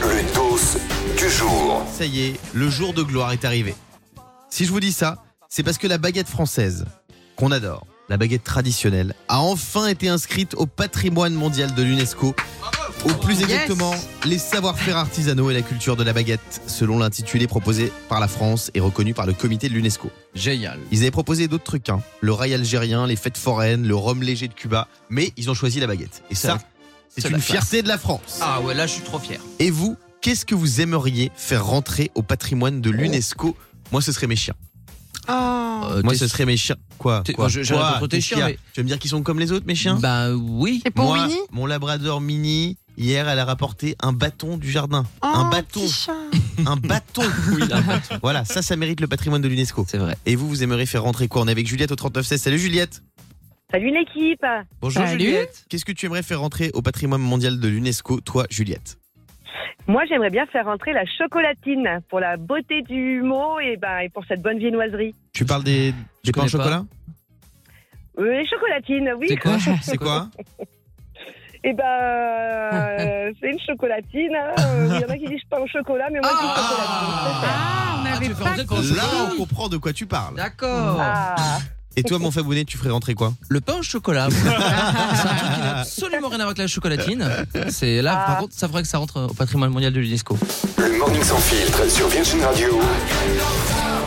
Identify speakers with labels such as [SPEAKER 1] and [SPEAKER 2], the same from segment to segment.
[SPEAKER 1] Le dos du jour.
[SPEAKER 2] Ça y est, le jour de gloire est arrivé. Si je vous dis ça, c'est parce que la baguette française, qu'on adore, la baguette traditionnelle, a enfin été inscrite au patrimoine mondial de l'UNESCO. Ou plus exactement, les savoir-faire artisanaux et la culture de la baguette, selon l'intitulé proposé par la France et reconnu par le comité de l'UNESCO.
[SPEAKER 3] Génial.
[SPEAKER 2] Ils avaient proposé d'autres trucs, hein. le rail algérien, les fêtes foraines, le rhum léger de Cuba, mais ils ont choisi la baguette. Et ça, c'est
[SPEAKER 3] c'est
[SPEAKER 2] une
[SPEAKER 3] la classe.
[SPEAKER 2] fierté de la France.
[SPEAKER 3] Ah ouais, là je suis trop fier.
[SPEAKER 2] Et vous, qu'est-ce que vous aimeriez faire rentrer au patrimoine de l'UNESCO Moi, ce serait mes chiens.
[SPEAKER 4] Oh.
[SPEAKER 3] Euh,
[SPEAKER 2] Moi,
[SPEAKER 3] t'es-
[SPEAKER 2] ce serait mes chiens. Quoi,
[SPEAKER 3] t'es-
[SPEAKER 2] quoi,
[SPEAKER 3] moi, je- j'allais
[SPEAKER 2] quoi
[SPEAKER 3] pas contre tes
[SPEAKER 2] Qu'est-ce
[SPEAKER 3] chiens,
[SPEAKER 2] qu'il y a
[SPEAKER 3] mais-
[SPEAKER 2] Tu vas me dire qu'ils sont comme les autres, mes chiens
[SPEAKER 3] Bah oui.
[SPEAKER 4] Et pour
[SPEAKER 2] Moi,
[SPEAKER 4] Winnie
[SPEAKER 2] mon labrador Mini, hier, elle a rapporté un bâton du jardin. un
[SPEAKER 4] Oh,
[SPEAKER 2] bâton.
[SPEAKER 4] petit chat.
[SPEAKER 2] Un bâton Voilà, ça, ça mérite le patrimoine de l'UNESCO.
[SPEAKER 3] C'est vrai.
[SPEAKER 2] Et vous, vous aimeriez faire rentrer quoi On est avec Juliette au 3916. Salut Juliette
[SPEAKER 5] Salut l'équipe
[SPEAKER 2] Bonjour
[SPEAKER 4] Salut.
[SPEAKER 2] Juliette Qu'est-ce que tu aimerais faire rentrer au patrimoine mondial de l'UNESCO, toi, Juliette
[SPEAKER 5] Moi j'aimerais bien faire rentrer la chocolatine pour la beauté du mot et, ben, et pour cette bonne viennoiserie.
[SPEAKER 2] Tu parles des, des pains au
[SPEAKER 3] connais pas.
[SPEAKER 2] chocolat
[SPEAKER 5] Euh, les chocolatines, oui.
[SPEAKER 3] C'est quoi
[SPEAKER 2] C'est quoi
[SPEAKER 5] Et ben euh, c'est une chocolatine. hein. Euh, Il y en a qui disent pain au chocolat, mais moi je dis
[SPEAKER 3] Ah.
[SPEAKER 5] chocolatine. C'est ça.
[SPEAKER 4] Ah, on
[SPEAKER 3] tu
[SPEAKER 4] n'avait
[SPEAKER 3] veux faire
[SPEAKER 4] pas
[SPEAKER 3] rentrer quoi
[SPEAKER 4] compris.
[SPEAKER 2] Là, on comprend de quoi tu parles.
[SPEAKER 3] D'accord.
[SPEAKER 5] Ah,
[SPEAKER 2] Et toi, mon fabonnet, tu ferais rentrer quoi
[SPEAKER 3] Le pain au chocolat. c'est un truc qui n'a absolument rien à voir avec la chocolatine. C'est là, par
[SPEAKER 5] Ah.
[SPEAKER 3] contre, ça ferait que ça rentre au patrimoine mondial de l'UNESCO.
[SPEAKER 1] Le morning sans filtre sur Virgin Radio.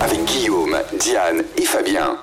[SPEAKER 1] Avec Guillaume, Diane et Fabien.